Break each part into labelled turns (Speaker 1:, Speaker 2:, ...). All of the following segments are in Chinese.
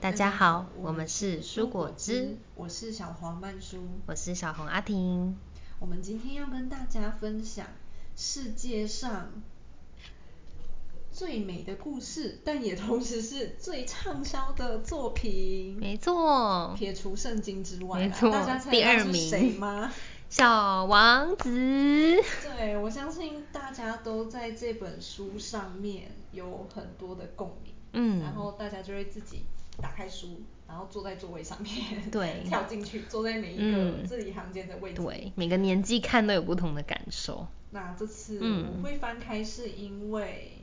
Speaker 1: 大家好，我们是蔬果汁，
Speaker 2: 我是小黄曼舒，
Speaker 1: 我是小红阿婷。
Speaker 2: 我们今天要跟大家分享世界上最美的故事，但也同时是最畅销的作品。
Speaker 1: 没错，
Speaker 2: 撇除圣经之外啦，
Speaker 1: 没错
Speaker 2: 大家，猜
Speaker 1: 第
Speaker 2: 得到
Speaker 1: 二
Speaker 2: 是谁
Speaker 1: 名
Speaker 2: 吗？
Speaker 1: 小王子。
Speaker 2: 对，我相信大家都在这本书上面有很多的共鸣，
Speaker 1: 嗯
Speaker 2: 然后大家就会自己打开书，然后坐在座位上面，
Speaker 1: 对
Speaker 2: 跳进去，坐在每一个
Speaker 1: 嗯
Speaker 2: 字里行间的位置。
Speaker 1: 对，每个年纪看都有不同的感受。
Speaker 2: 那这次
Speaker 1: 嗯
Speaker 2: 我会翻开，是因为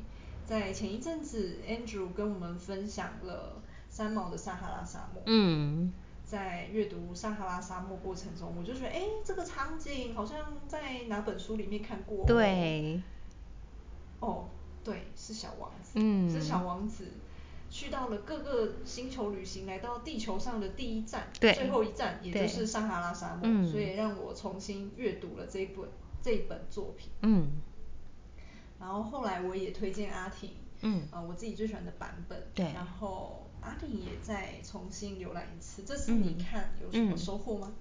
Speaker 2: 在前一阵子，Andrew 跟我们分享了三毛的《撒哈拉沙漠》。
Speaker 1: 嗯，
Speaker 2: 在阅读撒哈拉沙漠过程中，我就觉得，哎、这个场景好像在哪本书里面看过、哦。
Speaker 1: 对，
Speaker 2: 哦，对，是小王子，
Speaker 1: 嗯
Speaker 2: 是小王子去到了各个星球旅行，来到地球上的第一站，
Speaker 1: 对
Speaker 2: 最后一站，也
Speaker 1: 对
Speaker 2: 就是撒哈拉沙漠，
Speaker 1: 嗯
Speaker 2: 所以让我重新阅读了这一本这一本作品。
Speaker 1: 嗯，
Speaker 2: 然后后来我也推荐阿婷，
Speaker 1: 嗯
Speaker 2: 呃，我自己最喜欢的版本，
Speaker 1: 对
Speaker 2: 然后阿婷也再重新浏览一次，这次你看有什么
Speaker 1: 嗯
Speaker 2: 收获吗？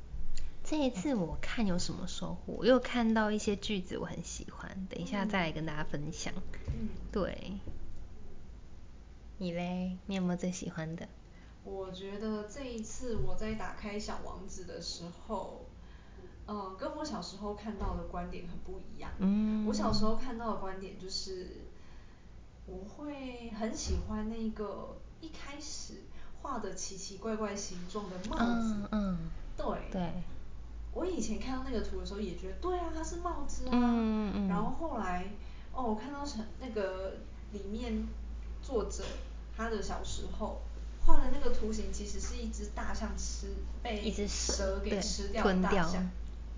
Speaker 1: 这一次我看有什么收获，我又看到一些句子我很喜欢，等一下再来跟大家分享。
Speaker 2: 嗯
Speaker 1: 对，你嘞，你有没有最喜欢的？
Speaker 2: 我觉得这一次我在打开《小王子》的时候，呃，跟我小时候看到的观点很不一样。
Speaker 1: 嗯
Speaker 2: 我小时候看到的观点就是，我会很喜欢那个一开始画的奇奇怪怪形状的帽子。
Speaker 1: 嗯嗯
Speaker 2: 对。
Speaker 1: 对。
Speaker 2: 我以前看到那个图的时候也觉得，对啊，它是帽子啊。
Speaker 1: 嗯嗯嗯
Speaker 2: 然后后来，哦，我看到成那个里面作者他的小时候画的那个图形，其实是一只大象吃被
Speaker 1: 一只
Speaker 2: 蛇给
Speaker 1: 对
Speaker 2: 吃掉的
Speaker 1: 吞
Speaker 2: 大
Speaker 1: 掉
Speaker 2: 象。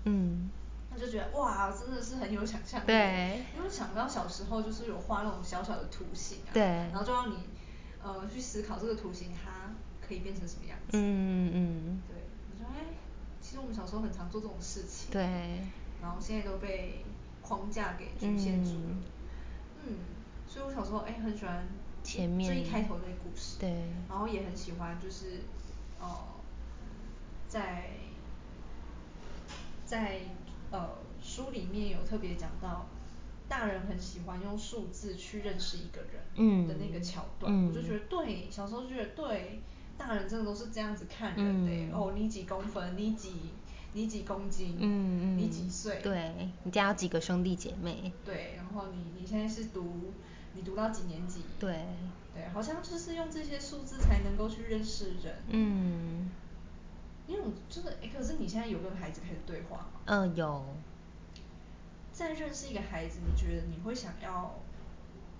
Speaker 1: 嗯，
Speaker 2: 他就觉得哇，真的是很有想象力。
Speaker 1: 对
Speaker 2: 因为想到小时候就是有画那种小小的图形啊，
Speaker 1: 对
Speaker 2: 然后就让你呃去思考这个图形它可以变成什么样子。
Speaker 1: 嗯嗯
Speaker 2: 对，我觉得哎，其实我们小时候很常做这种事情。
Speaker 1: 对
Speaker 2: 然后现在都被框架给局限住了。嗯所以我小时候哎很喜欢一
Speaker 1: 前面
Speaker 2: 最一开头的故事。
Speaker 1: 对
Speaker 2: 然后也很喜欢就是呃在在呃书里面有特别讲到，大人很喜欢用数字去认识一个人
Speaker 1: 嗯
Speaker 2: 的那个桥段，
Speaker 1: 嗯
Speaker 2: 我就觉得对，小时候就觉得对，大人真的都是这样子看人的耶、
Speaker 1: 嗯
Speaker 2: 哦，你几公分，你几你几公斤，
Speaker 1: 嗯嗯，
Speaker 2: 你几岁，
Speaker 1: 对，你家有几个兄弟姐妹？
Speaker 2: 对，然后你你现在是读你读到几年级，
Speaker 1: 对
Speaker 2: 对，好像就是用这些数字才能够去认识人，。
Speaker 1: 嗯，
Speaker 2: 因为我就是，哎、可是你现在有跟孩子开始对话吗？
Speaker 1: 呃，有，
Speaker 2: 在认识一个孩子，你觉得你会想要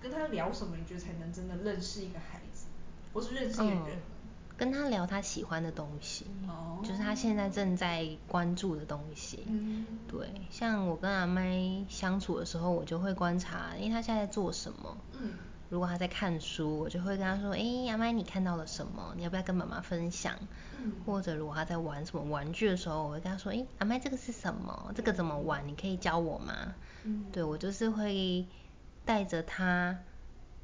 Speaker 2: 跟他聊什么？你觉得才能真的认识一个孩子，或是认识一个
Speaker 1: 嗯
Speaker 2: 人？，
Speaker 1: 跟他聊他喜欢的东西，
Speaker 2: 哦
Speaker 1: 就是他现在正在关注的东西。
Speaker 2: 嗯
Speaker 1: 对，像我跟阿麦相处的时候，我就会观察，因为他现在在做什么。
Speaker 2: 嗯
Speaker 1: 如果他在看书，我就会跟他说：“诶，阿麦，你看到了什么？你要不要跟妈妈分享？”
Speaker 2: 嗯
Speaker 1: 或者如果他在玩什么玩具的时候，我会跟他说：“诶，阿麦，这个是什么？这个怎么玩？你可以教我吗？”
Speaker 2: 嗯
Speaker 1: 对我就是会带着他，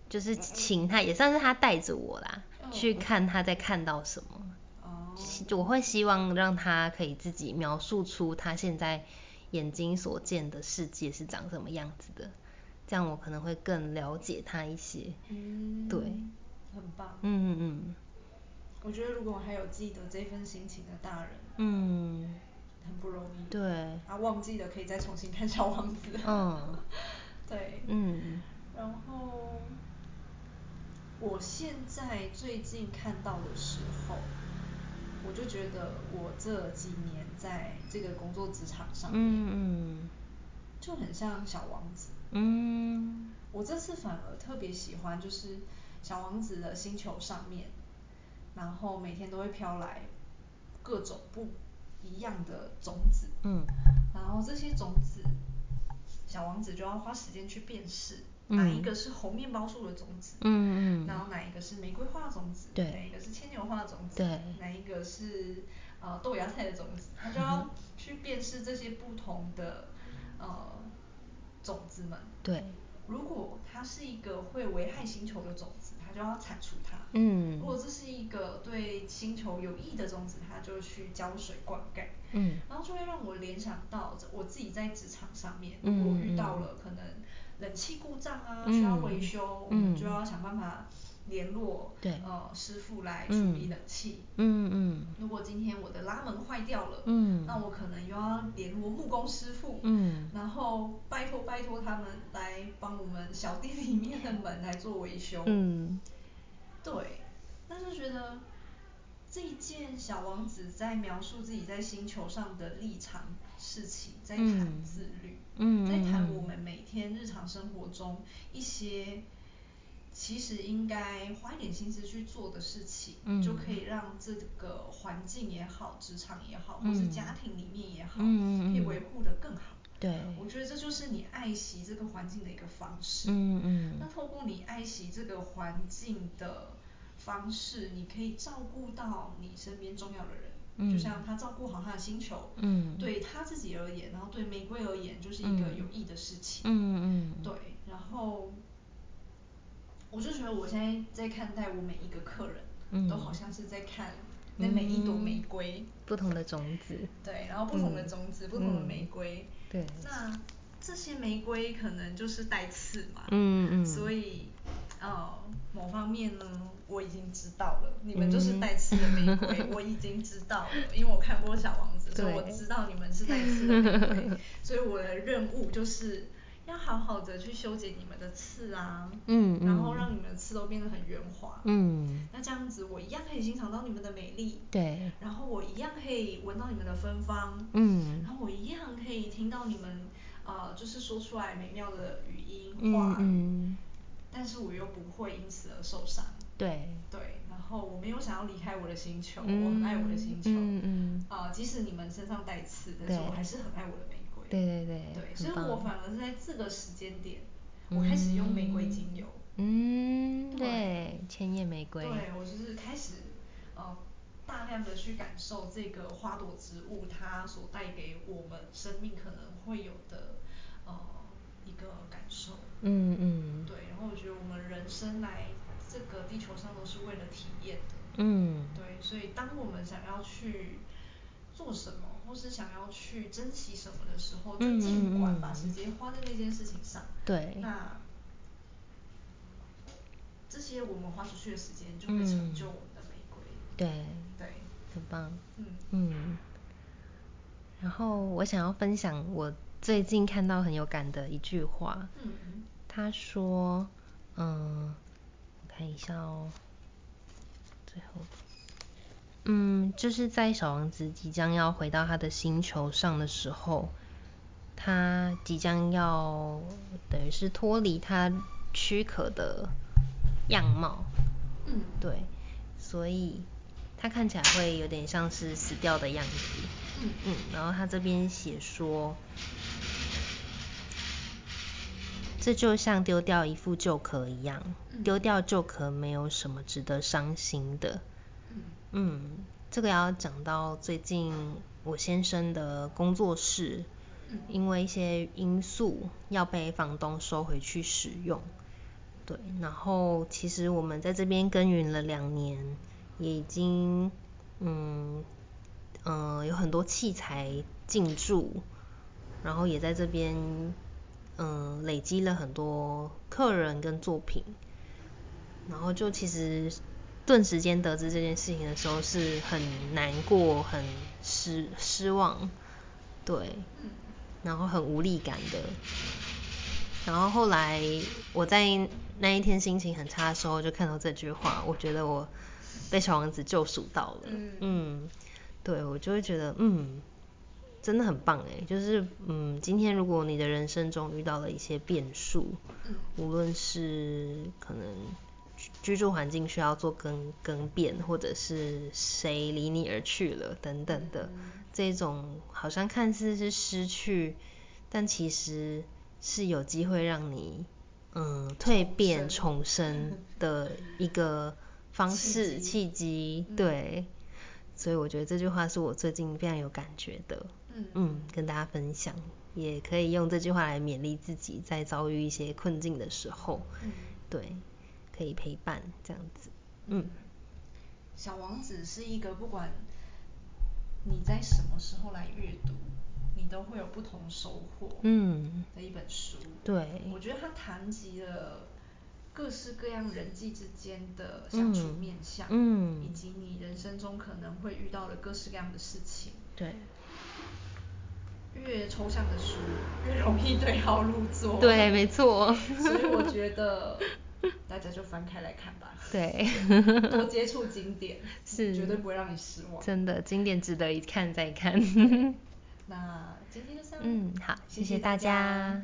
Speaker 1: 就是请他，也算是他带着我啦，
Speaker 2: 嗯
Speaker 1: 去看他在看到什么。
Speaker 2: 哦，
Speaker 1: 希我会希望让他可以自己描述出他现在眼睛所见的世界是长什么样子的，这样我可能会更了解他一些。
Speaker 2: 嗯
Speaker 1: 对，
Speaker 2: 很棒。
Speaker 1: 嗯嗯
Speaker 2: 我觉得如果还有记得这份心情的大人，
Speaker 1: 嗯，
Speaker 2: 很不容易。
Speaker 1: 对
Speaker 2: 啊，忘记了可以再重新看《小王子》。
Speaker 1: 嗯，
Speaker 2: 对，
Speaker 1: 嗯
Speaker 2: 然后我现在最近看到的时候，我就觉得我这几年在这个工作职场上面，
Speaker 1: 嗯
Speaker 2: 就很像小王子。
Speaker 1: 嗯嗯
Speaker 2: 我这次反而特别喜欢，就是小王子的星球上面，然后每天都会飘来各种不一样的种子，
Speaker 1: 嗯
Speaker 2: 然后这些种子，小王子就要花时间去辨识哪一个是红面包树的种子，
Speaker 1: 嗯嗯嗯
Speaker 2: 然后哪一个是玫瑰花的种子，
Speaker 1: 对
Speaker 2: 哪一个是牵牛花的种子，
Speaker 1: 对
Speaker 2: 哪一个是呃豆芽菜的种子，他就
Speaker 1: 嗯
Speaker 2: 要去辨识这些不同的呃种子们。
Speaker 1: 对
Speaker 2: 如果它是一个会危害星球的种子，它他就要铲除它。
Speaker 1: 嗯
Speaker 2: 如果这是一个对星球有益的种子，它就去浇水灌溉。
Speaker 1: 嗯
Speaker 2: 然后就会让我联想到我自己在职场上面，
Speaker 1: 嗯
Speaker 2: 如果遇
Speaker 1: 嗯
Speaker 2: 到了可能冷气故障啊，需要维
Speaker 1: 嗯
Speaker 2: 修，我们就
Speaker 1: 嗯
Speaker 2: 要想办法联络
Speaker 1: 对
Speaker 2: 呃师傅来处
Speaker 1: 嗯
Speaker 2: 理冷气。
Speaker 1: 嗯嗯
Speaker 2: 如果今天我的拉门坏掉了，
Speaker 1: 嗯
Speaker 2: 那我可能又要联络木工师傅，
Speaker 1: 嗯
Speaker 2: 然后拜托拜托他们来帮我们小店里面的门来做维修，
Speaker 1: 嗯
Speaker 2: 对，但是觉得这一件小王子在描述自己在星球上的立场事情，在谈
Speaker 1: 嗯
Speaker 2: 自律，
Speaker 1: 嗯
Speaker 2: 在
Speaker 1: 嗯
Speaker 2: 谈
Speaker 1: 嗯
Speaker 2: 我们每天日常生活中一些其实应该花一点心思去做的事情，
Speaker 1: 嗯
Speaker 2: 就可以让这个环境也好，职场也好，或是家庭里面也好，
Speaker 1: 嗯嗯嗯
Speaker 2: 可以
Speaker 1: 嗯
Speaker 2: 维护得更好。
Speaker 1: 对
Speaker 2: 我觉得这就是你爱惜这个环境的一个方式。
Speaker 1: 嗯嗯
Speaker 2: 那透过你爱惜这个环境的方式，你可以照顾到你身边重要的人，就
Speaker 1: 嗯
Speaker 2: 像他照顾好他的星球，
Speaker 1: 嗯
Speaker 2: 对他自己而言，然后对玫瑰而言，就是一个有益的事情。
Speaker 1: 嗯嗯
Speaker 2: 对，然后我就觉得我现在在看待我每一个客人，
Speaker 1: 嗯
Speaker 2: 都好像是在看那每一朵玫瑰。
Speaker 1: 不同的种子
Speaker 2: 对，然后不同的种子，不同的玫瑰，
Speaker 1: 嗯对
Speaker 2: 那这些玫瑰可能就是带刺嘛，
Speaker 1: 嗯嗯
Speaker 2: 所以呃某方面呢，我已经知道了，你们就是带刺的玫瑰，我已经知道了，因为我看过小王子，所以我
Speaker 1: 嗯对
Speaker 2: 知道你们是带刺的玫 瑰，所以我的任务就是。要好好的去修剪你们的刺啊，
Speaker 1: 嗯
Speaker 2: 然后
Speaker 1: 嗯
Speaker 2: 让你们的刺都变得很圆滑，
Speaker 1: 嗯
Speaker 2: 那这样子我一样可以欣赏到你们的美丽，
Speaker 1: 对
Speaker 2: 然后我一样可以闻到你们的芬芳，
Speaker 1: 嗯
Speaker 2: 然后我一样可以听到你们呃，就是说出来美妙的语音话语，
Speaker 1: 嗯嗯
Speaker 2: 但是我又不会因此而受伤，
Speaker 1: 对
Speaker 2: 对，然后我没有想要离开我的星球，我很爱我的星球，
Speaker 1: 嗯嗯
Speaker 2: 呃，即使你们身上带刺，但是我
Speaker 1: 对
Speaker 2: 还是很爱我的玫瑰，
Speaker 1: 对对对
Speaker 2: 对，
Speaker 1: 很
Speaker 2: 所以我
Speaker 1: 棒
Speaker 2: 反而是在这个时间点，我开始用玫瑰精油，
Speaker 1: 嗯
Speaker 2: 对
Speaker 1: 对千叶玫瑰
Speaker 2: 对我就是开始呃大量的去感受这个花朵植物它所带给我们生命可能会有的呃一个感受。
Speaker 1: 嗯嗯
Speaker 2: 对，然后我觉得我们人生来这个地球上都是为了体验的。
Speaker 1: 嗯
Speaker 2: 对，所以当我们想要去做什么，或是想要去珍惜什么的时候，就
Speaker 1: 嗯
Speaker 2: 尽
Speaker 1: 嗯
Speaker 2: 管
Speaker 1: 嗯
Speaker 2: 把时间花在那件事情上。
Speaker 1: 对
Speaker 2: 那这些我们花出去的时间，就会成
Speaker 1: 嗯
Speaker 2: 就我们的玫瑰。
Speaker 1: 对
Speaker 2: 对，
Speaker 1: 很棒
Speaker 2: 嗯
Speaker 1: 嗯然后我想要分享我最近看到很有感的一句话，
Speaker 2: 嗯
Speaker 1: 他说，嗯，我看一下哦，最后，嗯，就是在小王子即将要回到他的星球上的时候，他即将要等于是脱离他躯壳的样貌，
Speaker 2: 嗯，
Speaker 1: 对，所以他看起来会有点像是死掉的样子。
Speaker 2: 嗯
Speaker 1: 嗯，然后他这边写说，这就像丢掉一副旧壳一样，
Speaker 2: 嗯
Speaker 1: 丢掉旧壳没有什么值得伤心的。
Speaker 2: 嗯
Speaker 1: 嗯，这个要讲到最近我先生的工作室，
Speaker 2: 嗯
Speaker 1: 因为一些因素要被房东收回去使用。对，然后其实我们在这边耕耘了两年，也已经嗯嗯、呃有很多器材进驻，然后也在这边嗯、呃累积了很多客人跟作品，然后就其实顿时间得知这件事情的时候是很难过、很失失望，对，
Speaker 2: 嗯
Speaker 1: 然后很无力感的。然后后来我在那一天心情很差的时候，就看到这句话，我觉得我被小王子救赎到了。
Speaker 2: 嗯
Speaker 1: 对我就会觉得，嗯，真的很棒哎，就是嗯，今天如果你的人生中遇到了一些变数，
Speaker 2: 嗯
Speaker 1: 无论是可能居居住环境需要做更更变，或者是谁离你而去了等等的，
Speaker 2: 嗯
Speaker 1: 这种好像看似是失去，但其实是有机会让你嗯蜕变 重生的一个方式
Speaker 2: 契
Speaker 1: 契机
Speaker 2: 嗯，
Speaker 1: 对。所以我觉得这句话是我最近非常有感觉的，
Speaker 2: 嗯
Speaker 1: 嗯，跟大家分享，也可以用这句话来勉励自己，在遭遇一些困境的时候，
Speaker 2: 嗯
Speaker 1: 对，可以陪伴这样子。嗯，
Speaker 2: 小王子是一个不管你在什么时候来阅读，你都会有不同收获。
Speaker 1: 嗯
Speaker 2: 的一本书。
Speaker 1: 对
Speaker 2: 我觉得它谈及了各式各样人际之间的相处
Speaker 1: 嗯
Speaker 2: 面相，
Speaker 1: 嗯
Speaker 2: 以及你人生中可能会遇到的各式各样的事情。
Speaker 1: 对，
Speaker 2: 越抽象的书越容易对号入座。
Speaker 1: 对没错
Speaker 2: 所以我觉得大家就翻开来看吧。
Speaker 1: 对
Speaker 2: 多接触经典，
Speaker 1: 是
Speaker 2: 绝对不会让你失望。
Speaker 1: 真的经典值得一看再看。
Speaker 2: 那今天就这样。
Speaker 1: 嗯，好，谢
Speaker 2: 谢
Speaker 1: 大
Speaker 2: 家。